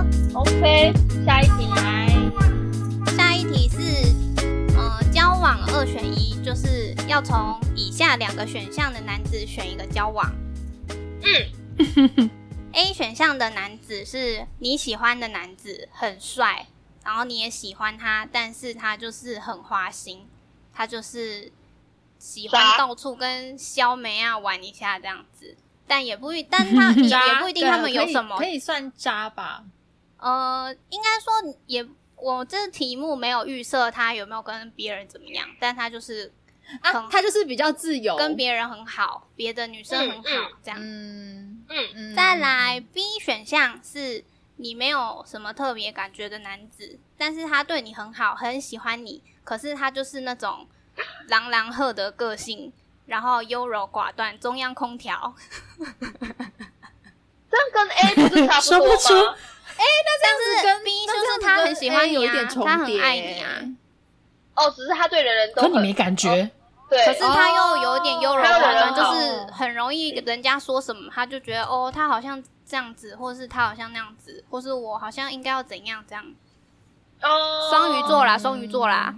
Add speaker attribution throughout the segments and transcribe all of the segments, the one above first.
Speaker 1: 呃二选一，就是要从以下两个选项的男子选一个交往。A 选项的男子是你喜欢的男子，很帅，然后你也喜欢他，但是他就是很花心，他就是喜欢
Speaker 2: 渣
Speaker 1: 到处跟肖梅啊玩一下这样子，但也不一，但他也也不一定
Speaker 3: 对啊
Speaker 1: 他们有
Speaker 3: 可以
Speaker 1: 什么
Speaker 3: 可以算渣吧？
Speaker 1: 呃，应该说也，我这题目没有预设他有没有跟别人怎么样，但他就是
Speaker 3: 啊
Speaker 1: 很，
Speaker 3: 他就是比较自由，
Speaker 1: 跟别人很好，别的女生很好、
Speaker 2: 嗯
Speaker 1: 这样。
Speaker 3: 嗯
Speaker 2: 嗯，
Speaker 3: 嗯，
Speaker 1: 再来 B 选项是你没有什么特别感觉的男子，但是他对你很好，很喜欢你，可是他就是那种狼狼赫的个性，然后优柔寡断，中央空调。
Speaker 2: 这样跟 A 不是差不多
Speaker 4: 说不
Speaker 2: 吗？
Speaker 3: 那这
Speaker 1: 但
Speaker 3: 样
Speaker 1: 是
Speaker 3: 子跟
Speaker 1: B
Speaker 3: 那
Speaker 1: 就是
Speaker 3: 这
Speaker 1: 他
Speaker 3: 样子
Speaker 1: 很
Speaker 3: 跟
Speaker 1: 喜欢
Speaker 3: A
Speaker 1: 你
Speaker 3: 有一
Speaker 1: 啊
Speaker 3: 点重
Speaker 1: 他很
Speaker 3: 叠欸
Speaker 1: 爱你啊
Speaker 2: 哦，只是他对人人都
Speaker 4: 可
Speaker 2: 很哦
Speaker 4: 你没感觉，
Speaker 2: 对，
Speaker 1: 可是他又有点优柔寡断，
Speaker 2: 哦
Speaker 1: 就是很容易人家说什么，他就觉得哦，他好像这样子，或是他好像那样子，或是我好像应该要怎样怎样。
Speaker 2: 哦，
Speaker 1: 双鱼座啦，
Speaker 4: 嗯
Speaker 1: 双鱼座 啦，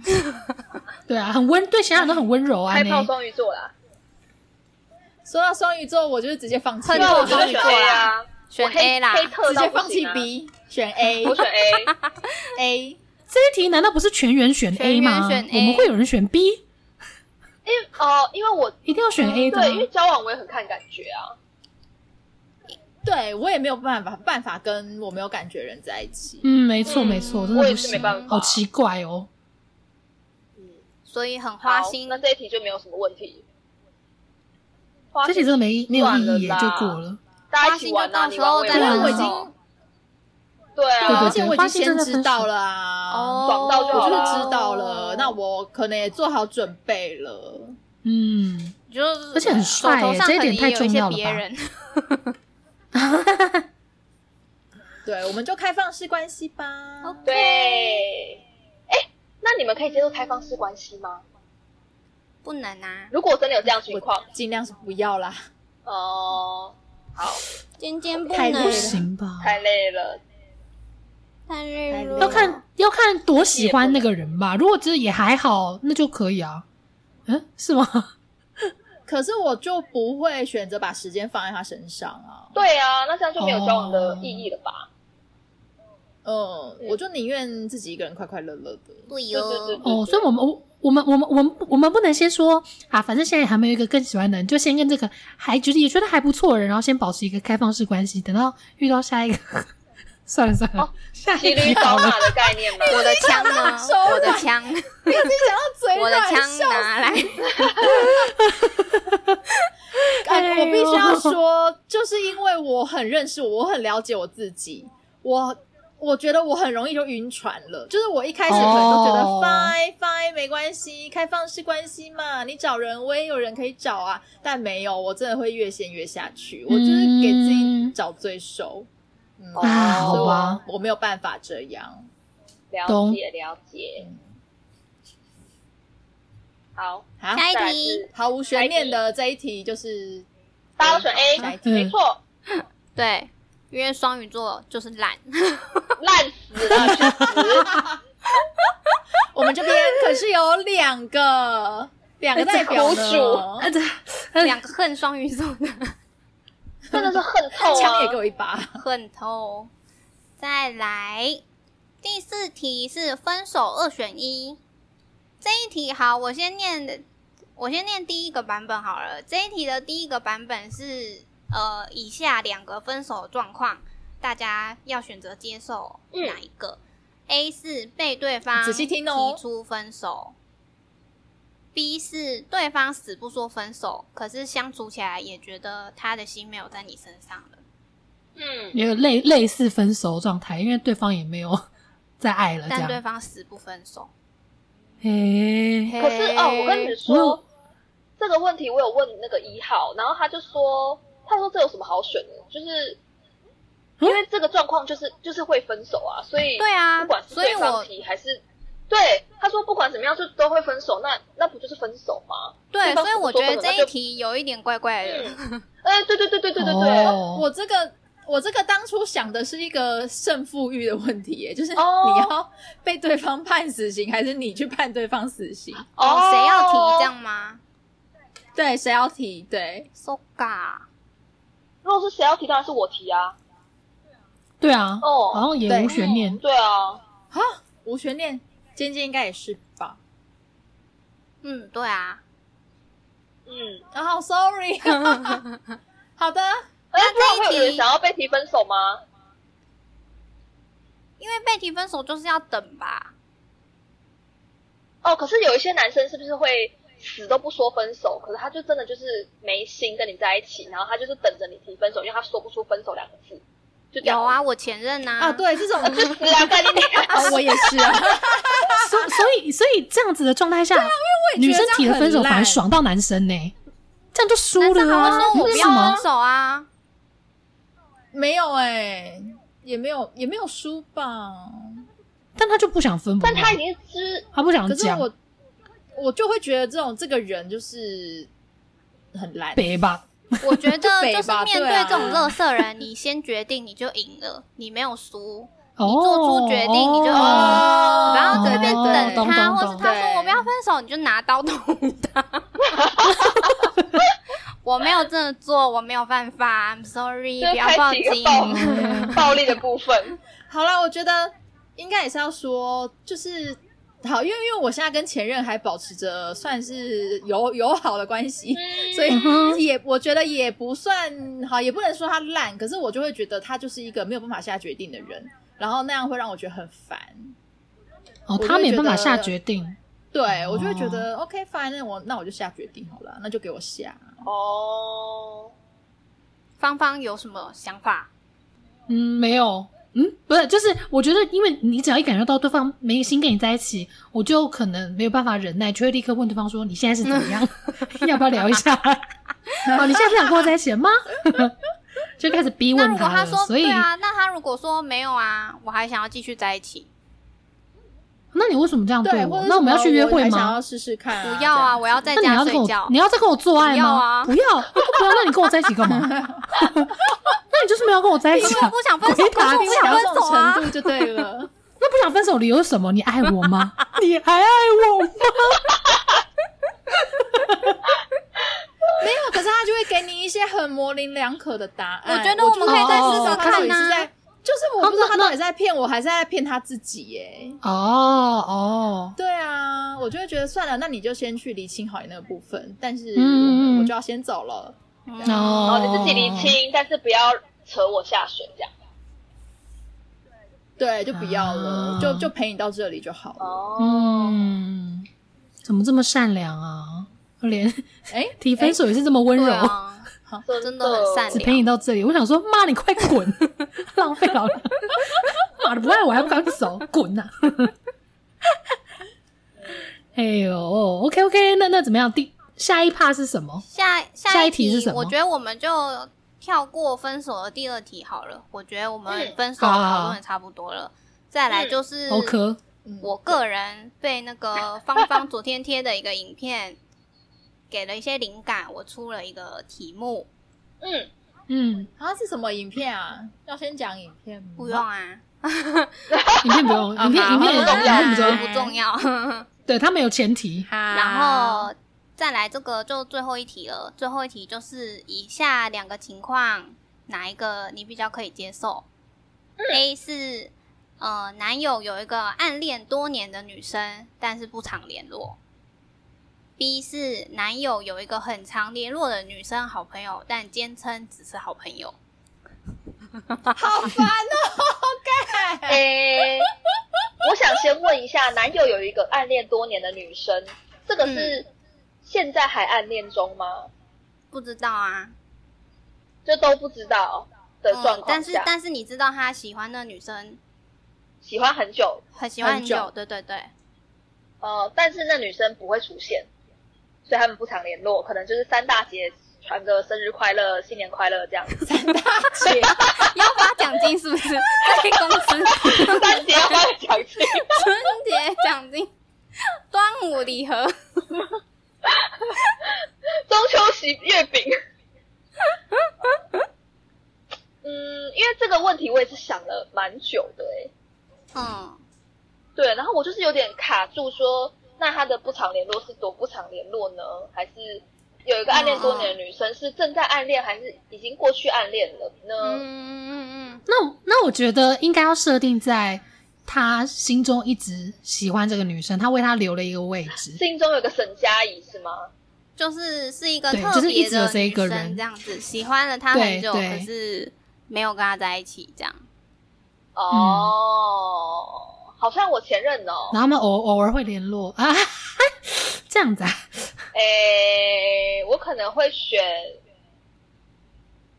Speaker 4: 对啊，很温，对其他人都很温柔啊
Speaker 2: 开炮
Speaker 4: 呢。
Speaker 2: 双鱼座啦，
Speaker 3: 说到双鱼座，我就是直接放弃
Speaker 1: 恨
Speaker 2: 对
Speaker 1: 透
Speaker 2: 啊，
Speaker 3: 了，
Speaker 2: 我
Speaker 1: 双鱼座
Speaker 2: 觉
Speaker 1: 啦
Speaker 2: 得
Speaker 1: 选
Speaker 2: 选 A 啊，我黑
Speaker 1: A 啦。
Speaker 2: 黑特
Speaker 3: 直
Speaker 2: 到
Speaker 3: 接
Speaker 2: 不
Speaker 3: 放弃
Speaker 2: 行啊
Speaker 3: B，选 A
Speaker 2: 我选 A，
Speaker 3: A。
Speaker 4: 这一题难道不是全员选
Speaker 1: 全
Speaker 4: A
Speaker 1: 员
Speaker 4: 吗？
Speaker 1: 选 A
Speaker 4: 我们会有人选 B，
Speaker 2: 因为哦，因为我
Speaker 4: 一定要选 A 的啊吗
Speaker 2: 嗯对，因为交往我也很看感觉啊。
Speaker 3: 对我也没有办法办法跟我没有感觉的人在一起。
Speaker 4: 嗯，没错
Speaker 1: 嗯
Speaker 4: 没错，真的
Speaker 2: 我
Speaker 4: 不
Speaker 2: 也是没
Speaker 4: 行
Speaker 2: 办，法
Speaker 4: 好奇怪哦。
Speaker 1: 所以很花
Speaker 2: 好，
Speaker 1: 心
Speaker 2: 那。这一题就没有什么问题。花
Speaker 4: 这题真的没没有
Speaker 2: 算了
Speaker 4: 意义耶，
Speaker 2: 啦
Speaker 4: 就过了。
Speaker 2: 大家一起玩啊，
Speaker 1: 花心
Speaker 2: 你
Speaker 1: 就到时候
Speaker 2: 玩我也
Speaker 1: 再
Speaker 3: 因
Speaker 2: 玩
Speaker 3: 为我
Speaker 4: 分
Speaker 3: 已
Speaker 4: 手
Speaker 3: 经
Speaker 2: 对
Speaker 4: 对对
Speaker 3: 而
Speaker 2: 啊，
Speaker 3: 且我已经
Speaker 4: 花心真
Speaker 3: 先
Speaker 4: 的分手
Speaker 3: 知道了啊。
Speaker 1: 哦，
Speaker 2: 嗯爽到就
Speaker 3: 我
Speaker 2: 好
Speaker 3: 就是
Speaker 2: 啦
Speaker 3: 知道了，那我可能也做好准备了。
Speaker 4: 嗯，
Speaker 1: 就是
Speaker 4: 而且很帅耶
Speaker 1: 手头上
Speaker 4: 这一点
Speaker 1: 可能也有一
Speaker 4: 太重
Speaker 1: 些
Speaker 4: 要了吧
Speaker 1: 别人
Speaker 3: 对，我们就开放式关系吧。
Speaker 2: 对。哎，那你们可以接受开放式关系吗？
Speaker 1: 不能啊。
Speaker 2: 如果真的有这样情
Speaker 3: 我
Speaker 2: 况，
Speaker 3: 尽量是不要啦。
Speaker 2: 哦，好，
Speaker 1: 尖尖不
Speaker 3: 太累
Speaker 4: 不
Speaker 3: 了
Speaker 1: 能，
Speaker 4: 行吧？
Speaker 2: 太累了。
Speaker 1: 太日
Speaker 3: 太累
Speaker 1: 落
Speaker 3: 了
Speaker 4: 要看要看多喜欢那个人吧。如果这也还好，那就可以啊。嗯，是吗？
Speaker 3: 可是我就不会选择把时间放在他身上啊。
Speaker 2: 对啊，那这样就没有交往的意义了吧？
Speaker 3: 嗯，我就宁愿自己一个人快快乐乐的。
Speaker 1: 对
Speaker 2: 对对
Speaker 1: 哟
Speaker 2: 对。
Speaker 4: 哦，所以我们我我们我们我们我们不能先说啊，反正现在还没有一个更喜欢的人，就先跟这个还觉得也觉得还不错的人，然后先保持一个开放式关系，等到遇到下一个， 算了算了，下
Speaker 2: 骑
Speaker 4: 一
Speaker 2: 驴
Speaker 4: 个
Speaker 2: 找
Speaker 4: 好了
Speaker 2: 马。的概念 吗？
Speaker 1: 我的枪 呢？
Speaker 3: 手
Speaker 1: 我的
Speaker 3: 软
Speaker 1: 枪，
Speaker 3: 你自己讲到嘴
Speaker 1: 我的
Speaker 3: 软
Speaker 1: 枪
Speaker 3: 笑
Speaker 1: 拿来。
Speaker 3: 哎，我必须
Speaker 4: 哎
Speaker 3: 要
Speaker 4: 呦
Speaker 3: 说，就是因为我很认识我，我很了解我自己，我我觉得我很容易就晕船了。就是我一开始可能都觉得
Speaker 4: 哦
Speaker 3: fine fine 没关系，开放式关系嘛，你找人我也有人可以找啊，但没有，我真的会越陷越下去，我就是给自己
Speaker 4: 嗯
Speaker 3: 找罪受。嗯，
Speaker 4: 啊好
Speaker 3: 所以我
Speaker 4: 吧，
Speaker 3: 我没有办法这样。
Speaker 2: 了
Speaker 4: 懂
Speaker 2: 解了解。好，
Speaker 3: 好，
Speaker 1: 下一
Speaker 2: 再来
Speaker 1: 题
Speaker 2: 是
Speaker 3: 啊毫无悬念的这一题就是
Speaker 2: 大家都选 A，
Speaker 3: 下一题
Speaker 2: 没错，
Speaker 1: 对，因为双鱼座就是懒，
Speaker 2: 烂死了，去死！
Speaker 3: 我们这边可是有两 个两个代表
Speaker 2: 在哭
Speaker 4: 哎
Speaker 3: 呢，
Speaker 1: 两个恨双鱼座的
Speaker 2: 真的是恨透
Speaker 3: 枪也给
Speaker 2: 啊！
Speaker 3: 我一把。
Speaker 1: 恨透。再来，第四题是分手二选一。这一题好，我先念，我先念第一个版本好了。这一题的第一个版本是呃，以下两个分手状况，大家要选择接受
Speaker 2: 嗯
Speaker 1: 哪一个、a 是被对方
Speaker 3: 仔细听哦
Speaker 1: 提出分手。B 是对方死不说分手，可是相处起来也觉得他的心没有在你身上了。
Speaker 2: 嗯，
Speaker 4: 也有类类似分手状态，因为对方也没有再爱
Speaker 3: 呃
Speaker 4: 了，这
Speaker 1: 但对
Speaker 4: 样。
Speaker 1: 方死不分手。
Speaker 4: 诶、
Speaker 2: 可是哦，我跟你们
Speaker 4: 我
Speaker 2: 说，这个问题我有问那个一号，然后他就说，他说这有什么好选的？就是因为这个状况就是就是会分手啊，所以
Speaker 1: 对啊
Speaker 2: 不管，是
Speaker 1: 所以
Speaker 2: 对方
Speaker 1: 我
Speaker 2: 提还是对他说不管怎么样就都会分手，那那不就是分手吗？
Speaker 1: 对，
Speaker 2: 对方
Speaker 1: 所
Speaker 2: 死
Speaker 1: 以
Speaker 2: 不
Speaker 1: 我
Speaker 2: 说
Speaker 1: 觉得
Speaker 2: 分手嗯
Speaker 1: 这
Speaker 2: 那
Speaker 1: 一
Speaker 2: 就
Speaker 1: 题有一点怪怪的。
Speaker 2: 哎，对对对对对对对，
Speaker 4: 哦
Speaker 3: 我这个我这个当初想的是一个胜负欲的问题耶，就是你
Speaker 2: 哦
Speaker 3: 要被对方判死刑，还是你去判对方死刑？
Speaker 1: 哦，谁要提这样吗
Speaker 3: 对，谁要提？对，
Speaker 1: ？So ga，
Speaker 2: 如果是谁要提，当然是我提啊。
Speaker 4: 对啊，
Speaker 2: 哦
Speaker 4: 好像也
Speaker 3: 对
Speaker 4: 无悬念。
Speaker 2: 对啊，
Speaker 3: 啊，无悬念，尖尖应该也是吧？
Speaker 1: 嗯，对啊，
Speaker 2: 嗯，
Speaker 3: 然后 sorry，好的，
Speaker 2: 哎，不然
Speaker 1: 这一
Speaker 2: 会有人
Speaker 1: 题
Speaker 2: 想要被提分手吗？
Speaker 1: 因为被提分手就是要等吧？
Speaker 2: 哦，可是有一些男生是不是会死都不说分手，可是他就真的就是没心跟你在一起，然后他就是等着你提分手，因为他说不出分手两个字，就这样
Speaker 1: 有啊，，我前任呐、
Speaker 3: 啊，，对，这种
Speaker 2: 啊去死啊， 干你娘！
Speaker 3: 啊，我也是啊，
Speaker 4: 所所以所以这样子的状态下，
Speaker 3: 也
Speaker 4: 女
Speaker 3: 觉
Speaker 4: 生
Speaker 3: 得这
Speaker 4: 提
Speaker 3: 样
Speaker 4: 了分手
Speaker 3: 很
Speaker 4: 反而
Speaker 3: 烂
Speaker 4: 爽到男生呢、这样就输
Speaker 1: 男生
Speaker 4: 了
Speaker 1: 还
Speaker 4: 啊
Speaker 1: 会！说我不
Speaker 4: 为
Speaker 1: 要
Speaker 4: 什么
Speaker 1: 分？手啊，
Speaker 3: 没有哎、也没有也没有输吧，
Speaker 4: 但他就不想分不
Speaker 2: 但
Speaker 4: 分，
Speaker 2: 他已经知，
Speaker 4: 他不想
Speaker 3: 可是
Speaker 4: 讲，
Speaker 3: 我我就会觉得这种这个人就是很烂，
Speaker 4: 北吧，
Speaker 1: 我 觉得
Speaker 3: 北
Speaker 1: 就是
Speaker 3: 吧
Speaker 1: 面
Speaker 3: 对啊
Speaker 1: 这种乐色人，你先决定你就赢了，你没有输，
Speaker 4: 哦，
Speaker 1: 做出决定你就
Speaker 4: 哦
Speaker 1: 不要随便
Speaker 4: 哦
Speaker 1: 等
Speaker 4: 懂
Speaker 1: 他，
Speaker 4: 懂
Speaker 1: 或是
Speaker 4: 懂
Speaker 1: 他说
Speaker 3: 对
Speaker 1: 我不要分手，你就拿刀捅他。 我没有这么做，我没有犯法，I'm sorry，
Speaker 2: 就是
Speaker 1: 不要
Speaker 2: 开启
Speaker 1: 报
Speaker 2: 一个
Speaker 1: 警。
Speaker 2: 暴暴力的部分。
Speaker 3: 好啦，我觉得应该也是要说，就是好，因为因为我现在跟前任还保持着算是友友好的关系，所
Speaker 4: 嗯哼
Speaker 3: 以也我觉得也不算好，也不能说他烂，可是我就会觉得他就是一个没有办法下决定的人，然后那样会让我觉得很烦。
Speaker 4: 哦，
Speaker 3: 我
Speaker 4: 他
Speaker 3: 就
Speaker 4: 没
Speaker 3: 觉
Speaker 4: 办法
Speaker 3: 得
Speaker 4: 下决定，
Speaker 3: 对，
Speaker 4: 哦
Speaker 3: 我就会觉得、OK fine，那我那我就下决定好了，那就给我下。
Speaker 2: 哦，
Speaker 1: 芳芳有什么想法？
Speaker 4: 嗯，没有，嗯，不是，就是我觉得，因为你只要一感觉到对方没心跟你在一起，我就可能没有办法忍耐，就会立刻问对方说你现在是怎么样，要不要聊一下？哦，你现在是想跟我在一起了吗？ 就开始逼
Speaker 1: 那
Speaker 4: 问
Speaker 1: 如果
Speaker 4: 了，
Speaker 1: 说
Speaker 4: 所以、
Speaker 1: 对啊，那他如果说没有啊，我还想要继续在一起，
Speaker 4: 那你为什么这样
Speaker 3: 对，或者？
Speaker 4: 我哦那我们要去约会
Speaker 3: 还想
Speaker 4: 吗
Speaker 3: 要？试试看、
Speaker 1: 不要啊，我要在
Speaker 4: 那你
Speaker 1: 家
Speaker 4: 要跟
Speaker 1: 睡
Speaker 4: 我
Speaker 1: 觉，。
Speaker 4: 你要再跟我做爱
Speaker 1: 不要
Speaker 4: 吗？
Speaker 1: 啊
Speaker 4: 不要，不要，那你跟我在一起干嘛？ 那你就是没有跟我在一
Speaker 1: 因
Speaker 4: 起
Speaker 1: 为
Speaker 4: 啊
Speaker 1: 我！不想分手，
Speaker 4: 鬼
Speaker 1: 可是
Speaker 4: 打
Speaker 1: 我
Speaker 4: 你
Speaker 1: 不想
Speaker 3: 到
Speaker 1: 分
Speaker 3: 这
Speaker 1: 手
Speaker 3: 种
Speaker 1: 啊
Speaker 3: 程。度就对 了。
Speaker 4: 那不想分手理由是什么？你爱我吗？你还爱我吗？
Speaker 3: 没有，可是他就会给你一些很模棱两可的答案。哦
Speaker 1: 我觉得我们可以再试试
Speaker 3: 他到
Speaker 1: 看啊
Speaker 3: 底是
Speaker 1: 呐、
Speaker 3: 在，就是我不知道他到底是在骗我，还是在骗他自己耶？
Speaker 4: 哦 哦，
Speaker 3: 对啊，我就会觉得算了，那你就先去理清好你那个部分，但是
Speaker 4: 嗯嗯嗯
Speaker 3: 我就要先走了。
Speaker 1: 嗯，
Speaker 4: 哦
Speaker 2: 哦，你自己厘。清，但是不要扯我下水这样。
Speaker 3: 对，就不要了，
Speaker 4: 啊
Speaker 3: 就就陪你到这里就好了。
Speaker 2: 哦，
Speaker 4: 嗯，怎么这么善良啊？连
Speaker 3: 哎、
Speaker 4: 提分手也是这么温柔
Speaker 1: 对，啊， 真的很善
Speaker 4: 只
Speaker 1: 良
Speaker 4: 陪你到这里。我想说，妈，你快滚， 浪费老娘！ 妈的，不爱我还不赶紧走，滚呐、哎呦，OK OK，那那怎么样？第下一趴是什么？
Speaker 1: 下
Speaker 4: 下
Speaker 1: 一
Speaker 4: 一题是什么
Speaker 1: 我觉得我们就跳过分手的第二题好了。我觉得我们
Speaker 2: 嗯
Speaker 1: 分手的讨论也差不多了。再来就是
Speaker 4: 欧科
Speaker 3: 嗯
Speaker 1: 我个人被那个芳芳昨天贴的一个影片给了一些灵感，我出了一个题目，
Speaker 2: 嗯，
Speaker 4: 嗯，
Speaker 3: 啊是什么影片啊？要先讲影片吗？
Speaker 1: 不用啊，
Speaker 4: 影片不用，影片
Speaker 3: 好
Speaker 4: 影片
Speaker 3: 不重
Speaker 4: 影
Speaker 3: 要
Speaker 4: 片不重
Speaker 1: 不
Speaker 4: 要，
Speaker 1: 重 要。
Speaker 4: 对他没有前提。
Speaker 3: 好。
Speaker 1: 然后再来这个就最后一题了，最后一题就是以下两个情况，哪一个你比较可以接受、a 是呃男友有一个暗恋多年的女生，但是不常联络；B 是男友有一个很常联络的女生好朋友，但坚称只是好朋友。
Speaker 3: 好烦哦，好
Speaker 1: 嗯
Speaker 3: 干。
Speaker 2: 诶、我想先问一下，男友有一个暗恋多年的女生，这
Speaker 1: 嗯
Speaker 2: 个是现在还暗恋中吗？
Speaker 1: 不知道啊，
Speaker 2: 就都不知道的状
Speaker 1: 嗯，
Speaker 2: 况
Speaker 1: 但是
Speaker 2: 下，
Speaker 1: 但是你知道他喜欢的女生
Speaker 2: 喜欢很久，
Speaker 1: 很喜欢很久，
Speaker 3: 很久
Speaker 1: 对对对，
Speaker 2: 呃，但是那女生不会出现，所以他们不常联络，可能就是三大节传个生日快乐、新年快乐这 样子，
Speaker 3: 三大姐，
Speaker 1: 要发奖金是不 是？在公司
Speaker 2: 三节花的奖金。
Speaker 1: 春节奖金、端午礼盒，
Speaker 2: 中秋喜月饼。嗯，因因为这个问题我也是想了蛮久的哎、
Speaker 1: 嗯，
Speaker 2: 对，然后我就是有点卡住说，那他的不常联络是多不常联络呢？还是有一个暗恋多年的女生是正在暗恋，还是已经过去暗恋了
Speaker 1: 嗯
Speaker 2: 呢？
Speaker 1: 嗯嗯
Speaker 4: 那那我觉得应该要设定在他心中一直喜欢这个女生，他为她留了一个位置。
Speaker 2: 心中有个沈佳宜是吗？
Speaker 1: 嗯，就是是一个
Speaker 4: 对
Speaker 1: 特
Speaker 4: 就是一
Speaker 1: 别
Speaker 4: 直有
Speaker 1: 的
Speaker 4: 这一
Speaker 1: 女
Speaker 4: 个
Speaker 1: 生
Speaker 4: 人
Speaker 1: 这样子，喜欢了她很
Speaker 4: 对
Speaker 1: 久，
Speaker 4: 对
Speaker 1: 可是没有跟她在一起，这样。
Speaker 2: 哦，好像我前任哦，
Speaker 4: 然后他们偶偶尔会联络 啊，这样子啊，
Speaker 2: 诶、我可能会选。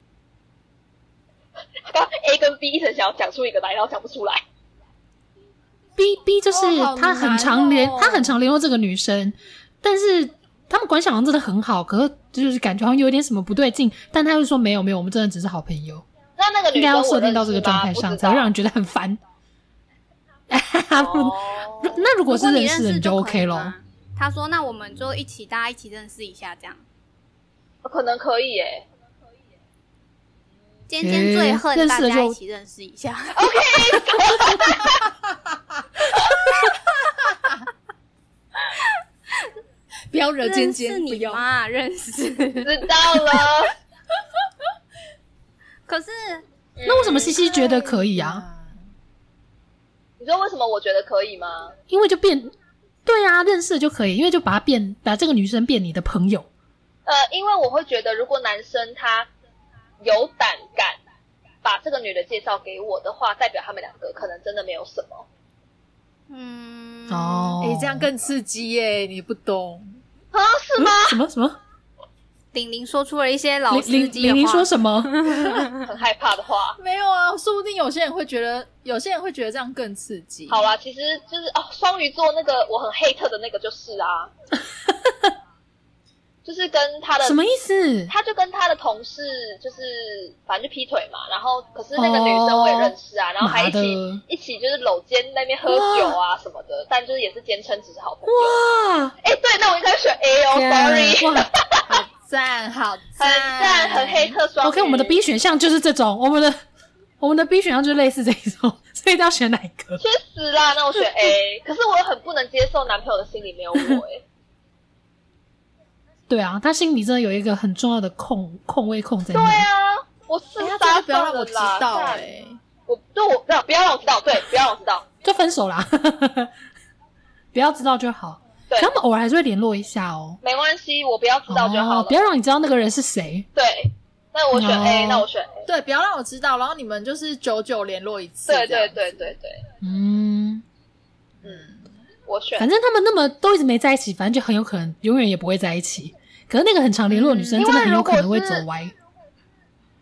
Speaker 2: 刚 A 跟 B 一直想要讲出一个来，然后讲不出来。
Speaker 4: B B 就是
Speaker 3: 哦好
Speaker 4: 他很常
Speaker 3: 难
Speaker 4: 联，
Speaker 3: 哦
Speaker 4: 他很常联络这个女生，但是他们关系好像真的很好，可是就是感觉好像有点什么不对劲，但他又说没有没有，我们真的只是好朋友，
Speaker 2: 那那个
Speaker 4: 应
Speaker 2: 女
Speaker 4: 该
Speaker 2: 生
Speaker 4: 要
Speaker 2: 我
Speaker 4: 设定
Speaker 2: 认
Speaker 4: 到
Speaker 2: 识
Speaker 4: 这个状
Speaker 2: 吗
Speaker 4: 态
Speaker 2: 不
Speaker 4: 上，
Speaker 2: 知
Speaker 4: 才会
Speaker 2: 道
Speaker 4: 让人觉得很烦。不
Speaker 2: 哦
Speaker 4: 如 那如果是
Speaker 1: 如你
Speaker 4: 认识的，你
Speaker 1: 就
Speaker 4: 就
Speaker 1: 可以
Speaker 4: OK 咯。
Speaker 1: 吗他说：“那我们就一起，大家一起认识一下，这样。
Speaker 2: 哦可能可以耶。
Speaker 1: 尖尖最
Speaker 4: 诶
Speaker 1: 恨
Speaker 4: 认
Speaker 1: 大
Speaker 4: 识了
Speaker 1: 家一
Speaker 4: 就
Speaker 1: 起认识一下。
Speaker 3: 不要惹尖
Speaker 1: 认识
Speaker 3: 尖，不
Speaker 1: 你
Speaker 3: 要。
Speaker 1: 吗？认识。
Speaker 2: 知道了，
Speaker 1: 可是
Speaker 4: 那为什么西西觉得可以啊？
Speaker 2: 你知道为什么我觉得可以吗？
Speaker 4: 因为就变，对啊，认识了就可以，因为就把她变，把这个女生变你的朋友。
Speaker 2: 呃，因为我会觉得，如果男生他有胆敢把这个女的介绍给我的话，代表他们两个可能真的没有什么。
Speaker 1: 嗯，
Speaker 4: 哦，
Speaker 3: 哎、这样更刺激耶、你不懂。
Speaker 2: 啊，是
Speaker 4: 嗯
Speaker 2: 吗？
Speaker 4: 什么什么？
Speaker 1: 玲玲说出了一些老司
Speaker 4: 玲玲
Speaker 1: 机的
Speaker 4: 玲玲
Speaker 1: 话
Speaker 4: 说什么？
Speaker 2: 很害怕的话，
Speaker 3: 没有啊，说不定有些人会觉得，有些人会觉得这样更刺激。
Speaker 2: 好啦，其实就是哦，双鱼座那个我很 hate 的那个就是 啊，就是跟他的
Speaker 4: 什么意 思？
Speaker 2: 他就跟他的同事就是反正就劈腿嘛，然后可是那个女生我也认识啊，然后还一
Speaker 4: 哦妈
Speaker 2: 起
Speaker 4: 的
Speaker 2: 一起就是搂肩那边喝酒啊什么的，但就是也是坚称只是好朋友。
Speaker 4: 哇
Speaker 2: 哎，对，那我应该选 A 哦
Speaker 4: 天啊
Speaker 2: ，sorry，
Speaker 4: 哇
Speaker 3: 好赞，好
Speaker 2: 很
Speaker 3: 赞，
Speaker 2: 赞，很黑。特双鱼。
Speaker 4: ，OK，我们的 B 选项就是这种，我们的我们的 B 选项就是类似这一种，所以一定要选哪一个？
Speaker 2: 确实啦，那我选 A，可是我很不能接受男朋友的心里没有我哎。
Speaker 4: 对啊，他心里真的有一个很重要的空空位空在
Speaker 2: 对
Speaker 4: 那。
Speaker 2: 啊，我自
Speaker 3: 哎、他真
Speaker 2: 杀
Speaker 3: 的不要让我
Speaker 2: 算了
Speaker 3: 知
Speaker 2: 啦
Speaker 3: 道哎、
Speaker 2: 干我对我不要不要让我知道，对，不要让我知道。
Speaker 4: 就分手啦， 不要知道就好。
Speaker 2: 对
Speaker 4: 可他们偶尔还是会联络一下哦。
Speaker 2: 没关系，我不要知道就好
Speaker 4: 哦
Speaker 2: 了，
Speaker 4: 不。要让你知道那个人是谁。
Speaker 2: 对，那我选 A，
Speaker 4: 哦
Speaker 2: 那我选 A。
Speaker 3: 对，不要让我知道，然后你们就是久久联络一次。
Speaker 2: 对
Speaker 3: 这样
Speaker 2: 对对对对，
Speaker 4: 嗯，
Speaker 2: 我选
Speaker 4: 反正他们那么都一直没在一起，反正就很有可能永远也不会在一起。可是那个很常联络的女生，
Speaker 2: 嗯
Speaker 4: 真的很有可能
Speaker 2: 因为
Speaker 4: 会
Speaker 2: 如果是
Speaker 4: 走歪。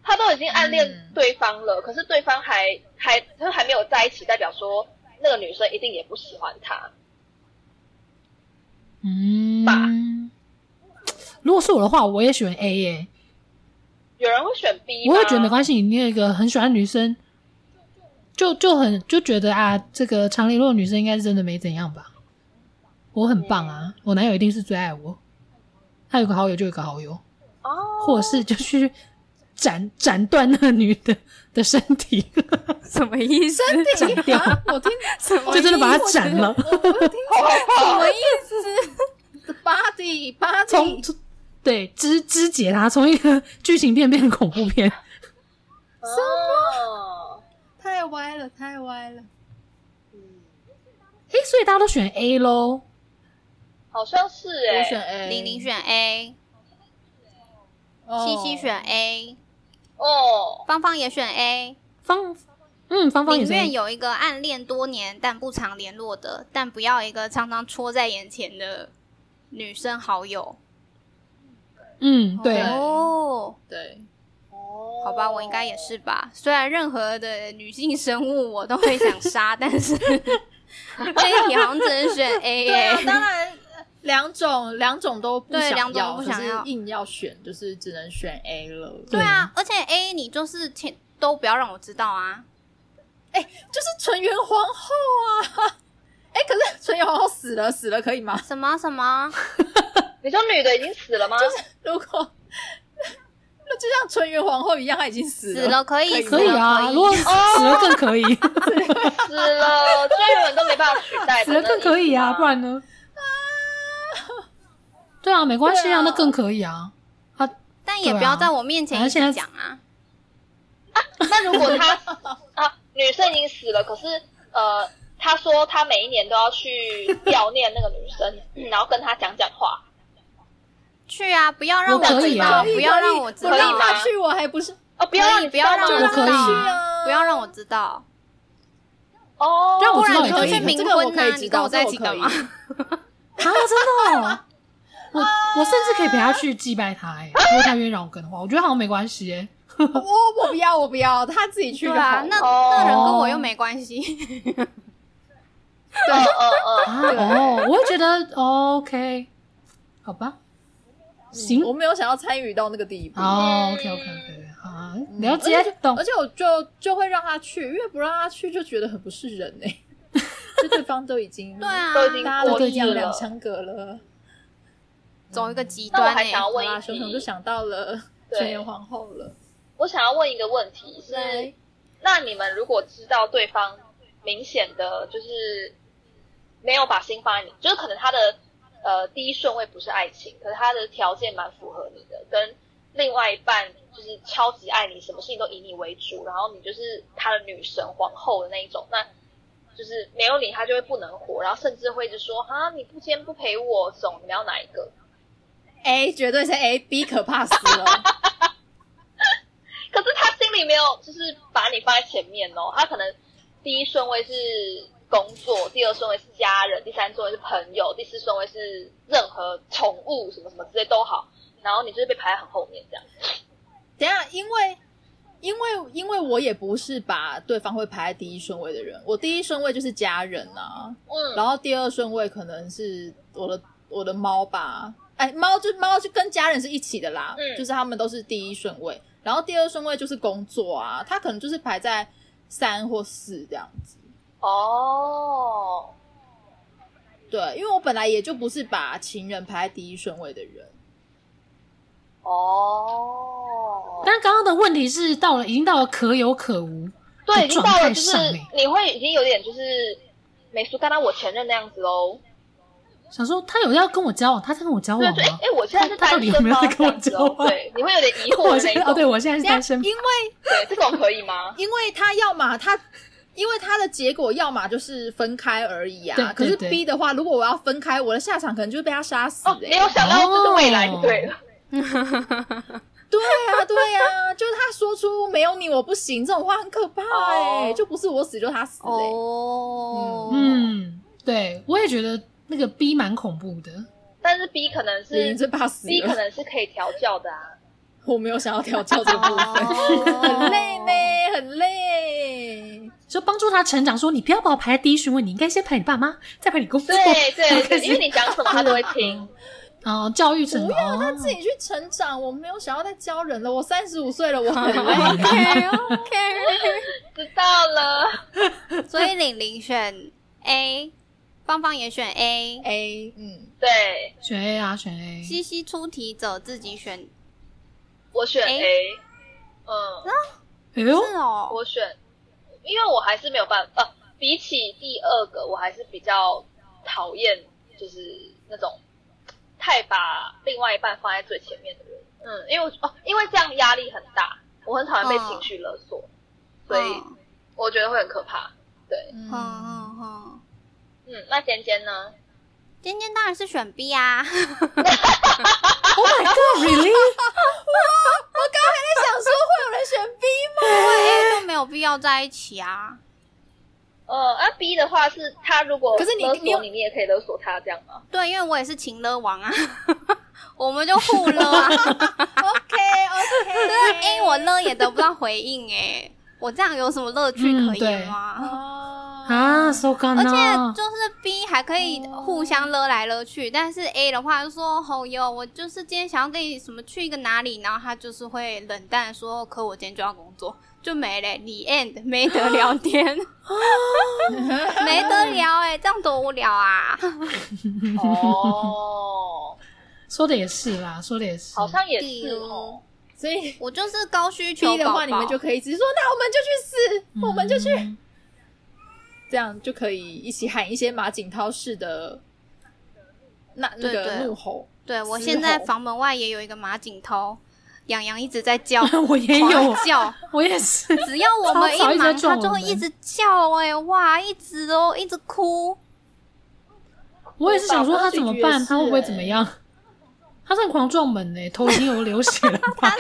Speaker 2: 他都已经暗恋
Speaker 3: 嗯
Speaker 2: 对方了，可是对方还还他还没有在一起，代表说那个女生一定也不喜欢他。吧
Speaker 4: 嗯，如果是我的话，我也选 A 耶、
Speaker 2: 有人会选 B，
Speaker 4: 我会觉得没
Speaker 2: 系。
Speaker 4: 关系。你有一个很喜欢的女生，就就很就觉得啊，这个常联络的女生应该是真的没怎样吧。我很棒
Speaker 1: 嗯
Speaker 4: 啊，我男友一定是最爱我。他有个好友就有个好友，
Speaker 2: 哦，
Speaker 4: 或者是就去斩斩断那个女的的身体，
Speaker 1: 什么意思？
Speaker 4: 斩掉，
Speaker 3: 我听
Speaker 1: 什么
Speaker 4: 就真的把它斩了，
Speaker 3: 什么意思？Body body，
Speaker 4: 从从对肢肢解他，从一个剧情片变成恐怖片。
Speaker 2: 哦，
Speaker 3: 太歪了，太歪了。
Speaker 2: 嗯
Speaker 4: 诶，所以大家都选 A 喽。
Speaker 2: 好像是
Speaker 3: 我
Speaker 2: 哎、
Speaker 3: 选 A，
Speaker 1: 玲玲选 A，
Speaker 3: 哦
Speaker 1: 西西选 A，
Speaker 2: 哦，
Speaker 1: 芳芳也选 A。
Speaker 4: 方，嗯，方方也
Speaker 1: 宁
Speaker 4: 是
Speaker 1: 愿有一个暗恋多年但不常联络的，但不要一个常常戳在眼前的女生好友。
Speaker 4: 嗯，对，
Speaker 1: 哦，
Speaker 3: 对，
Speaker 2: 哦
Speaker 1: 好吧，我应该也。是吧。虽然任何的女性生物我都会想杀，但是这一题好像只能选 A
Speaker 3: 对
Speaker 1: 耶、
Speaker 3: 啊，当然呃两种两种都不
Speaker 1: 对
Speaker 3: 想
Speaker 1: 两种
Speaker 3: 要，
Speaker 1: 不
Speaker 3: 可
Speaker 1: 想
Speaker 3: 是
Speaker 1: 要
Speaker 3: 硬要选，就是只能选 A 了。
Speaker 1: 对啊，而且 A 你就是前都不要让我知道啊。
Speaker 3: 就是纯元皇后啊。 哎、可是纯元皇后死了，死了可以吗？
Speaker 1: 什么什么？
Speaker 2: 你说女的已经死了吗？
Speaker 3: 如果如 那就像纯元皇后一样，她已经死
Speaker 1: 死了可以，
Speaker 3: 可
Speaker 1: 死
Speaker 4: 可以
Speaker 1: 了
Speaker 4: 啊，
Speaker 1: 可
Speaker 4: 如果死了更可以，
Speaker 2: 死 了，所以原本都没办法取代。
Speaker 4: 死了更可以啊，不然呢？对啊，没关系
Speaker 2: 对啊
Speaker 4: 啊，那更可以啊。
Speaker 1: 但也
Speaker 4: 对啊
Speaker 1: 不要在我面前一
Speaker 4: 而
Speaker 1: 直
Speaker 4: 且
Speaker 1: 讲啊。
Speaker 2: 那如果他 啊，女生已经死了，可是呃，他说他每一年都要去悼念那个女生，嗯然后跟她讲讲话，
Speaker 1: 去啊，不要让
Speaker 4: 我可
Speaker 1: 知
Speaker 4: 以
Speaker 1: 道，
Speaker 4: 啊
Speaker 3: 可以
Speaker 1: 不要让我知
Speaker 3: 可以
Speaker 1: 道
Speaker 2: 可以吗
Speaker 1: 啊，
Speaker 3: 她去，我还不是
Speaker 2: 哦，不要让
Speaker 1: 可以
Speaker 2: 你
Speaker 1: 不要让
Speaker 4: 这
Speaker 1: 我
Speaker 4: 个
Speaker 1: 知
Speaker 4: 可以
Speaker 1: 道
Speaker 3: 啊
Speaker 1: 啊，不要让我知道，
Speaker 2: 哦，
Speaker 4: 让我
Speaker 1: 不
Speaker 4: 知道
Speaker 1: 然你
Speaker 4: 也
Speaker 1: 就
Speaker 4: 可
Speaker 1: 去
Speaker 4: 以。
Speaker 1: 冥
Speaker 3: 这个我
Speaker 1: 婚
Speaker 3: 可以
Speaker 1: 呐，
Speaker 3: 知
Speaker 1: 你跟
Speaker 3: 道
Speaker 1: 我在一起干嘛
Speaker 3: 这？
Speaker 4: 啊，真 的、哦，我
Speaker 2: 啊
Speaker 4: 我甚至可以陪他去祭拜他、欸，哎，如果他愿意让我跟的话，我觉得好像没关系、欸，
Speaker 3: 我我不要我不要，她自己去
Speaker 1: 对
Speaker 3: 就好
Speaker 1: 啊
Speaker 3: 了。，
Speaker 1: 那
Speaker 2: 哦
Speaker 1: 那人跟我又没关系，
Speaker 2: 嗯嗯嗯，
Speaker 4: 啊，哦，我会觉得、哦、OK，好吧，
Speaker 2: 嗯
Speaker 4: 行，
Speaker 3: 我没有想要参与到那个地步。
Speaker 4: 哦，OK OK OK，好啊，
Speaker 3: 嗯
Speaker 4: 了解
Speaker 3: 而且就，
Speaker 4: 懂
Speaker 3: 而，且我就就会让他去，因为不让他去就觉得很不是人哎、就对方都已经
Speaker 1: 对，啊，
Speaker 2: 都已经
Speaker 3: 大家
Speaker 2: 过
Speaker 3: 都
Speaker 4: 对
Speaker 3: 一
Speaker 2: 世
Speaker 3: 样
Speaker 4: 对
Speaker 3: 两
Speaker 2: 了。
Speaker 3: 相隔了。
Speaker 1: 走一个极
Speaker 2: 那我
Speaker 1: 端
Speaker 2: 还
Speaker 1: 欸
Speaker 2: 想要问
Speaker 3: 啊，
Speaker 2: 一
Speaker 3: 熊熊
Speaker 2: 题
Speaker 3: 就，想到了
Speaker 2: 对
Speaker 3: 纯元皇后了，
Speaker 2: 我想要问一个问题是，那你们如果知道对方明显的就是没有把心放在你，就是可能他的呃第一顺位不是爱情，可是他的条件蛮符合你的，跟另外一半就是超级爱你，什么事情都以你为主，然后你就是他的女神皇后的那一种，那就是没有你他就会不能活，然后甚至会就说啊你不今天不陪我这种，你们要哪一个？
Speaker 3: A 哎绝对是 A，B 可怕死了。
Speaker 2: 可是他心里没有，就是把你放在前面哦。他可能第一顺位是工作，第二顺位是家人，第三顺位是朋友，第四顺位是任何宠物什么什么之类都好。然后你就是被排在很后面这样。
Speaker 3: 等一下，因为因为因为我也不是把对方会排在第一顺位的人，我第一顺位就是家人啊，
Speaker 2: 嗯，
Speaker 3: 然后第二顺位可能是我的我的猫吧，哎，猫就猫就跟家人是一起的啦，
Speaker 2: 嗯
Speaker 3: 就是他们都是第一顺位，然后第二顺位就是工作啊，它可能就是排在三或四这样子。
Speaker 2: 哦，
Speaker 3: 对，因为我本来也就不是把情人排在第一顺位的人，
Speaker 2: 哦，
Speaker 4: 但刚刚的问题是到了已经到了可有可无，
Speaker 2: 对，已经到了，就是
Speaker 4: 状态上欸
Speaker 2: 你会已经有点就是美术干到我前任那样子喽。
Speaker 4: 想说他有要跟我交往，他在跟我交
Speaker 2: 对
Speaker 4: 往
Speaker 2: 对，哎
Speaker 4: 吗？，
Speaker 2: 诶我现在是
Speaker 4: 哦他他到
Speaker 2: 单
Speaker 4: 底有
Speaker 2: 身
Speaker 4: 没有
Speaker 2: 吗？
Speaker 4: 在跟我
Speaker 2: 这样子
Speaker 4: 交
Speaker 2: 哦，
Speaker 4: 往
Speaker 2: 对，你会有点疑惑
Speaker 4: 我
Speaker 2: 的
Speaker 4: 现在
Speaker 2: 那
Speaker 4: 哦，
Speaker 2: 一
Speaker 4: 对
Speaker 2: 种。
Speaker 4: 我现在是
Speaker 3: 这样
Speaker 4: 单身，
Speaker 3: 因为
Speaker 2: 对，这种可以吗？
Speaker 3: 因为他要么他，因为他的结果要么就是分开而已啊。
Speaker 4: 对
Speaker 3: 可是
Speaker 4: 对对
Speaker 3: B 的话，如果我要分开，我的下场可能就是被他杀死、欸。
Speaker 2: 哦，没有想到这是未来就对了。
Speaker 3: 对啊，对啊，就是他说出没有你我不行这种话很可怕哎、
Speaker 2: 哦
Speaker 3: 就不是我死就是他死哎、
Speaker 1: 哦，
Speaker 4: 嗯，对我也觉得那个 B 蛮恐怖的，
Speaker 2: 但是 B 可能
Speaker 3: 人
Speaker 2: 是
Speaker 3: 最怕死
Speaker 2: B 可
Speaker 3: 了。
Speaker 2: 能是可以调教的啊。
Speaker 3: 我没有想要调教这个部分，
Speaker 1: 哦
Speaker 3: 很累呢，很累。
Speaker 4: 就帮助他成长。说你不要把我排在第一顺位，你应该先排你爸妈，再排你工作。
Speaker 2: 对对
Speaker 4: 开
Speaker 2: 对，
Speaker 4: 始
Speaker 2: 因为你讲什么他都会 听。
Speaker 4: 哦，教育哦成
Speaker 3: 不要他自己去成长，我没有想要再教人了。我三十五岁了，我很 累。
Speaker 1: OK OK，
Speaker 2: 知道了，
Speaker 1: 所以玲玲选 A，芳芳也选 A，
Speaker 3: A，嗯，
Speaker 2: 对
Speaker 4: 选 A 啊，选 A。
Speaker 1: 西西出题者自己选，
Speaker 2: 我选
Speaker 1: A
Speaker 2: A，嗯，
Speaker 4: 哎呦，
Speaker 1: 是哦，
Speaker 2: 我选，因为我还是没有办法，呃比起第二个，我还是比较讨厌就是那种太把另外一半放在最前面的人。嗯，因为我哦，因为这样压力很大，我很讨厌被
Speaker 1: 嗯
Speaker 2: 情绪勒索，所以
Speaker 1: 嗯
Speaker 2: 我觉得会很可怕。对，
Speaker 1: 嗯
Speaker 3: 嗯
Speaker 1: 嗯嗯，
Speaker 2: 嗯，那尖尖呢？
Speaker 1: 尖尖当然是选 B 啊，
Speaker 4: Oh my god，really？
Speaker 3: 我刚还在想说会有人选 B 吗？
Speaker 1: 对，都没有必要在一起啊。
Speaker 2: 呃，啊 B 的话是他如果
Speaker 3: 可是你
Speaker 2: 勒
Speaker 3: 你有
Speaker 2: 索你，你也可以勒索他这样 吗？
Speaker 1: 对，因为我也是情勒王啊， 我们就互勒 啊。
Speaker 3: OK OK，
Speaker 1: 对啊，A 我勒也得不到回应哎、我这样有什么乐趣可
Speaker 4: 嗯对
Speaker 1: 言 吗？
Speaker 3: 哦
Speaker 4: 啊，so g o
Speaker 1: 而
Speaker 4: n
Speaker 1: 且
Speaker 4: 啊！
Speaker 1: 就是 B 还可以互相勒来勒去，但是 A 的话就说哦哟，我就是今天想要跟你什么去一个哪里，然后他就是会冷淡地说，哦可我今天就要工作，就没嘞，你 end 没得聊天， 没得聊哎、这样多无聊 啊！
Speaker 2: 哦，
Speaker 4: 说的也是啦，说的也是。
Speaker 2: 好像也是哦。
Speaker 3: 所以
Speaker 1: 我就是高需求
Speaker 3: B 的
Speaker 1: 宝
Speaker 3: 话，你们
Speaker 1: 宝
Speaker 3: 就可以一直说，那我们就去死，
Speaker 4: 嗯，
Speaker 3: 我们就去，这样就可以一起喊一些马景涛式的那那
Speaker 1: 对
Speaker 3: 个
Speaker 1: 对
Speaker 3: 怒吼。
Speaker 1: 对我
Speaker 3: 嘶
Speaker 1: 现在
Speaker 3: 吼
Speaker 1: 房门外也有一个马景涛，养羊一直在叫
Speaker 4: 我也有
Speaker 1: 狂叫。
Speaker 4: 我也是，
Speaker 1: 只要我们
Speaker 4: 超吵一
Speaker 1: 一
Speaker 4: 直在
Speaker 1: 忙，
Speaker 4: 撞
Speaker 1: 它
Speaker 4: 我
Speaker 1: 就会
Speaker 4: 们
Speaker 1: 一直叫、哎，哇，一直哦，一直哭。
Speaker 4: 我也是想说他怎么办，
Speaker 3: 我
Speaker 4: 他会不会怎么样？他是很狂撞门呢、欸头已经有流血了吧？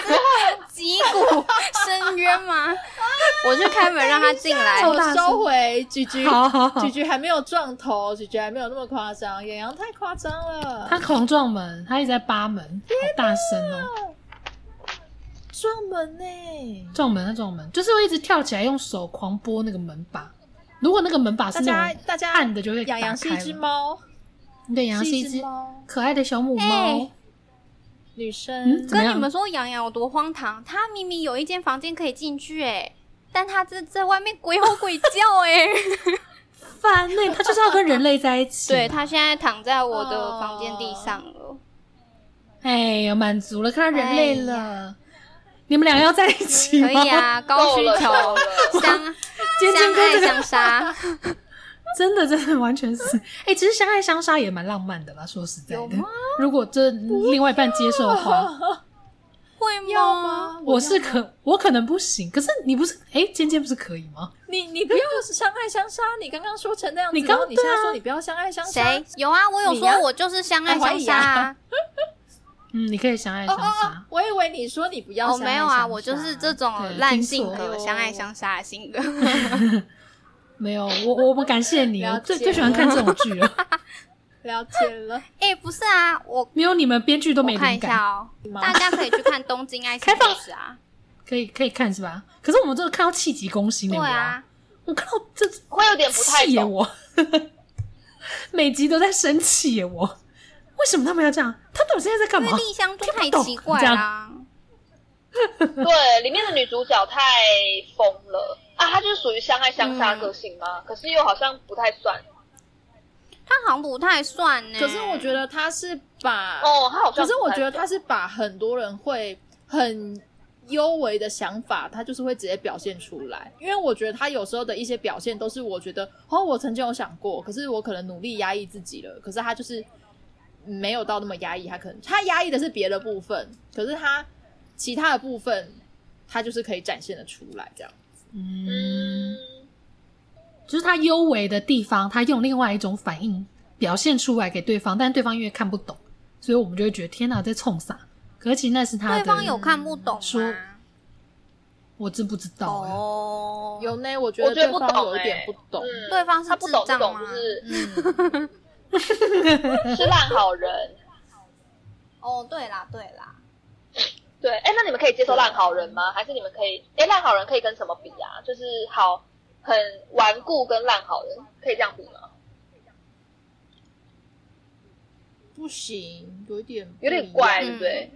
Speaker 1: 击鼓 深渊吗？我去开门让他进来。
Speaker 4: 超
Speaker 3: 我
Speaker 4: 哎大声
Speaker 3: 收回，菊菊，
Speaker 4: 好好好
Speaker 3: 菊，菊还没有撞头，菊菊还没有那么夸张，远洋太夸张了。
Speaker 4: 他狂撞门，他一直在扒门，好大声哦、
Speaker 3: 撞门呢、
Speaker 4: 撞门，他撞门，就是会一直跳起来用手狂拨那个门把。如果那个门把是
Speaker 3: 大
Speaker 4: 那
Speaker 3: 家
Speaker 4: 种
Speaker 3: 大家
Speaker 4: 按的就会打
Speaker 3: 养
Speaker 4: 开
Speaker 3: 羊
Speaker 4: 了。
Speaker 3: 是一只猫，
Speaker 4: 对，羊是一
Speaker 3: 是一
Speaker 4: 只
Speaker 3: 只猫
Speaker 4: 可爱的小母猫。
Speaker 1: 哎
Speaker 3: 女生
Speaker 4: 嗯，怎么
Speaker 1: 跟
Speaker 4: 样
Speaker 1: 你们说杨洋有多荒唐，他明明有一间房间可以进去、哎，但他这在外面鬼吼鬼叫、 哎，
Speaker 4: 烦呢、它就是要跟人类在一起。
Speaker 1: 对，他现在躺在我
Speaker 4: 哦
Speaker 1: 的房间地上了。
Speaker 4: 哎呀，满足了，看到人类
Speaker 3: 哎
Speaker 4: 了。你们俩要在一起吗？
Speaker 1: 可以啊， 高
Speaker 2: 够
Speaker 1: 需
Speaker 2: 了，
Speaker 1: 求，
Speaker 2: 够了。
Speaker 1: 相
Speaker 4: 尖尖
Speaker 1: 相
Speaker 4: 哥这
Speaker 1: 爱
Speaker 4: 个
Speaker 1: 相杀，
Speaker 4: 真的真的完全是。哎、其实相爱相杀也蛮浪漫的啦，说实在
Speaker 1: 有
Speaker 4: 的
Speaker 1: 吗。
Speaker 4: 如果这另外一半接受的话，
Speaker 1: 会
Speaker 3: 要
Speaker 1: 吗？
Speaker 3: 吗？
Speaker 4: 我是
Speaker 3: 要
Speaker 4: 可我可能不行。可是你不是哎、尖尖不是可以吗？
Speaker 3: 你，你不要相爱相杀。你刚刚说成那样子，
Speaker 4: 你刚
Speaker 3: 然后你现在
Speaker 4: 对啊
Speaker 3: 说你不要相爱相杀，
Speaker 1: 谁有啊？我有
Speaker 3: 你啊
Speaker 1: 说，我就是相爱
Speaker 3: 还怀
Speaker 1: 相
Speaker 3: 疑
Speaker 1: 杀、
Speaker 3: 啊
Speaker 1: 啊。
Speaker 4: 嗯，你可以相爱
Speaker 3: 哦
Speaker 4: 相
Speaker 3: 哦
Speaker 4: 杀。
Speaker 3: 哦，我以为你说你不要
Speaker 1: 哦，
Speaker 3: 相爱相杀。
Speaker 1: 没有啊，我就是这
Speaker 4: 对
Speaker 1: 种烂
Speaker 4: 听
Speaker 1: 性
Speaker 4: 错
Speaker 1: 格，有相爱相杀的 性格。
Speaker 4: 没有，我我们感谢你，
Speaker 3: 了
Speaker 4: 我最
Speaker 3: 解
Speaker 4: 最喜欢看这种剧了。
Speaker 3: 了解了。
Speaker 1: 哎、不是啊，我
Speaker 4: 没有你们编剧都没
Speaker 1: 我看
Speaker 4: 灵
Speaker 1: 一下
Speaker 4: 感，
Speaker 1: 哦，大家可以去看《东京爱情
Speaker 4: 开放
Speaker 1: 故事》 啊，
Speaker 4: 可以可以看是吧？可是我们这个看到气急攻心的，
Speaker 1: 对啊，
Speaker 4: 我看到这
Speaker 2: 哦会有点不太
Speaker 4: 气耶
Speaker 3: 哦
Speaker 2: 懂，
Speaker 4: 我， 每集都在生气耶我，为什么他们要这样？他到底现在在干
Speaker 1: 因
Speaker 4: 嘛
Speaker 1: 为？丽香就太
Speaker 4: 懂
Speaker 1: 奇怪
Speaker 4: 这样
Speaker 1: 啦。
Speaker 2: 对，里面的女主角太疯了啊！她就是属于相爱相杀个性吗？
Speaker 3: 嗯
Speaker 2: 可是又好像不太算
Speaker 1: 她好像不太算呢、
Speaker 3: 可是我觉得他是把，
Speaker 2: 嗯哦，她好像
Speaker 3: 可是我觉得
Speaker 2: 不太
Speaker 3: 他是把很多人会很幽微的想法，他就是会直接表现出来。因为我觉得他有时候的一些表现都是我觉得哦，我曾经有想过，可是我可能努力压抑自己了，可是他就是没有到那么压抑，他可能他压抑的是别的部分，可是他其他的部分他就是可以展现的出来，这样。
Speaker 4: 嗯，
Speaker 2: 嗯，
Speaker 4: 就是他幽微的地方，他用另外一种反应表现出来给对方，但对方因为看不懂，所以我们就会觉得天哪，在冲啥？可其实那是他的，
Speaker 1: 对方有看不懂啊
Speaker 4: 说
Speaker 1: 吗？
Speaker 4: 我真不知道啊耶、
Speaker 1: 哦，
Speaker 3: 有呢，我觉
Speaker 2: 我
Speaker 3: 得
Speaker 2: 觉得
Speaker 3: 对
Speaker 2: 不
Speaker 3: 方
Speaker 2: 懂
Speaker 3: 有一
Speaker 2: 欸
Speaker 3: 点不懂，
Speaker 2: 嗯
Speaker 1: 对方是
Speaker 2: 她不懂
Speaker 1: 智
Speaker 2: 这
Speaker 1: 障啊
Speaker 2: 种
Speaker 1: 吗
Speaker 2: 就？是
Speaker 3: 嗯，
Speaker 2: 是烂好人。
Speaker 1: 哦，对啦，对啦，
Speaker 2: 对，哎，那你们可以接受烂好人吗？还是你们可以？哎，烂好人可以跟什么比啊？就是好，很顽固跟烂好人可以这样比吗？
Speaker 3: 不行，有一点不
Speaker 2: 有点
Speaker 3: 一
Speaker 2: 怪，
Speaker 3: 样
Speaker 2: 对不对？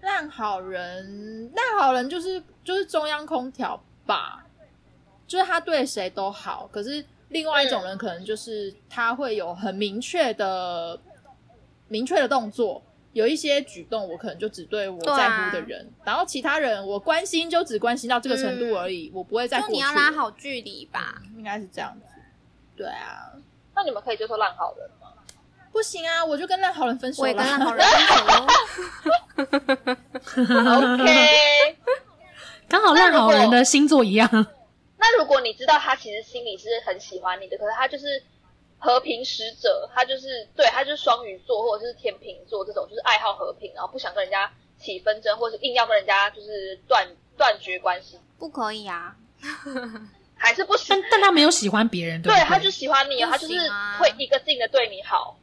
Speaker 3: 烂好人，烂好人就是就是中央空调吧，就是他对谁都好，可是另外一种人可能就是他会有很明确的、明确的动作，有一些举动我可能就只对我
Speaker 1: 对啊
Speaker 3: 在乎的人，然后其他人我关心就只关心到这个程度而已，我不会再
Speaker 1: 嗯就
Speaker 3: 过去
Speaker 1: 你要拉好距离吧。
Speaker 3: 应该是这样子。对啊，
Speaker 2: 那你们可以接受烂好 人吗？
Speaker 3: 不行啊，我就跟烂好人分手
Speaker 1: 我也跟烂
Speaker 3: 了。
Speaker 1: 好人分手咯
Speaker 2: OK，
Speaker 4: 刚好烂好人的星座一样，啊
Speaker 2: 那如果你知道他其实心里是很喜欢你的，可是他就是和平使者，他就是对他就是双鱼座或者是天秤座这种，就是爱好和平，然后不想跟人家起纷争，或是硬要跟人家就是断断绝关系，
Speaker 1: 不可以啊！
Speaker 2: 还是不行
Speaker 4: 但。但他没有喜欢别人，对
Speaker 2: 对
Speaker 4: 不对？
Speaker 2: 他就喜欢
Speaker 1: 不
Speaker 2: 你，
Speaker 1: 行啊
Speaker 2: 他就是会一个劲的对你好。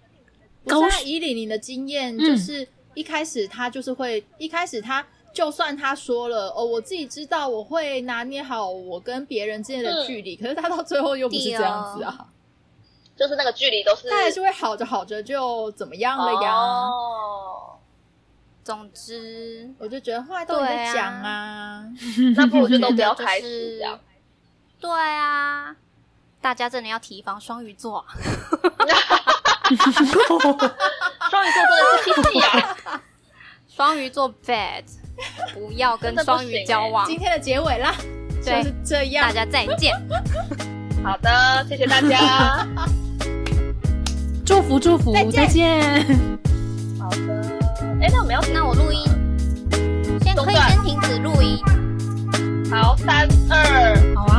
Speaker 3: 不是
Speaker 4: 高
Speaker 3: 啊以李宁的经验，
Speaker 4: 嗯
Speaker 3: 就是一开始他就是会，一开始他就算他说了哦，我自己知道我会拿捏好我跟别人之间的距离，可是他到最后又不是这样子啊，
Speaker 2: 就是那个距离都是
Speaker 3: 他还是会好着好着就怎么
Speaker 2: 啊
Speaker 3: 样了呀？
Speaker 2: 哦，
Speaker 1: 总之，
Speaker 3: 我就觉得后来都有在讲啊，
Speaker 2: 那不如就都不要
Speaker 1: 就是
Speaker 2: 开始这样。
Speaker 1: 对啊，大家真的要提防双鱼座啊。
Speaker 2: 双鱼座真的是脾气啊，
Speaker 1: 双鱼座 bad，不要跟
Speaker 2: 真的不
Speaker 1: 双鱼
Speaker 2: 行
Speaker 1: 交
Speaker 2: 欸
Speaker 1: 往。
Speaker 3: 今天的结尾啦，就
Speaker 1: 对
Speaker 3: 是这样
Speaker 1: 大。家再见。
Speaker 2: 好的，谢谢大 家。
Speaker 4: 祝福祝福，
Speaker 1: 再见
Speaker 4: 再见。
Speaker 2: 好的，哎，那我们要
Speaker 1: 那我录音，先可以
Speaker 2: 中断
Speaker 1: 先停止录音。
Speaker 2: 好，三二。
Speaker 4: 好啊。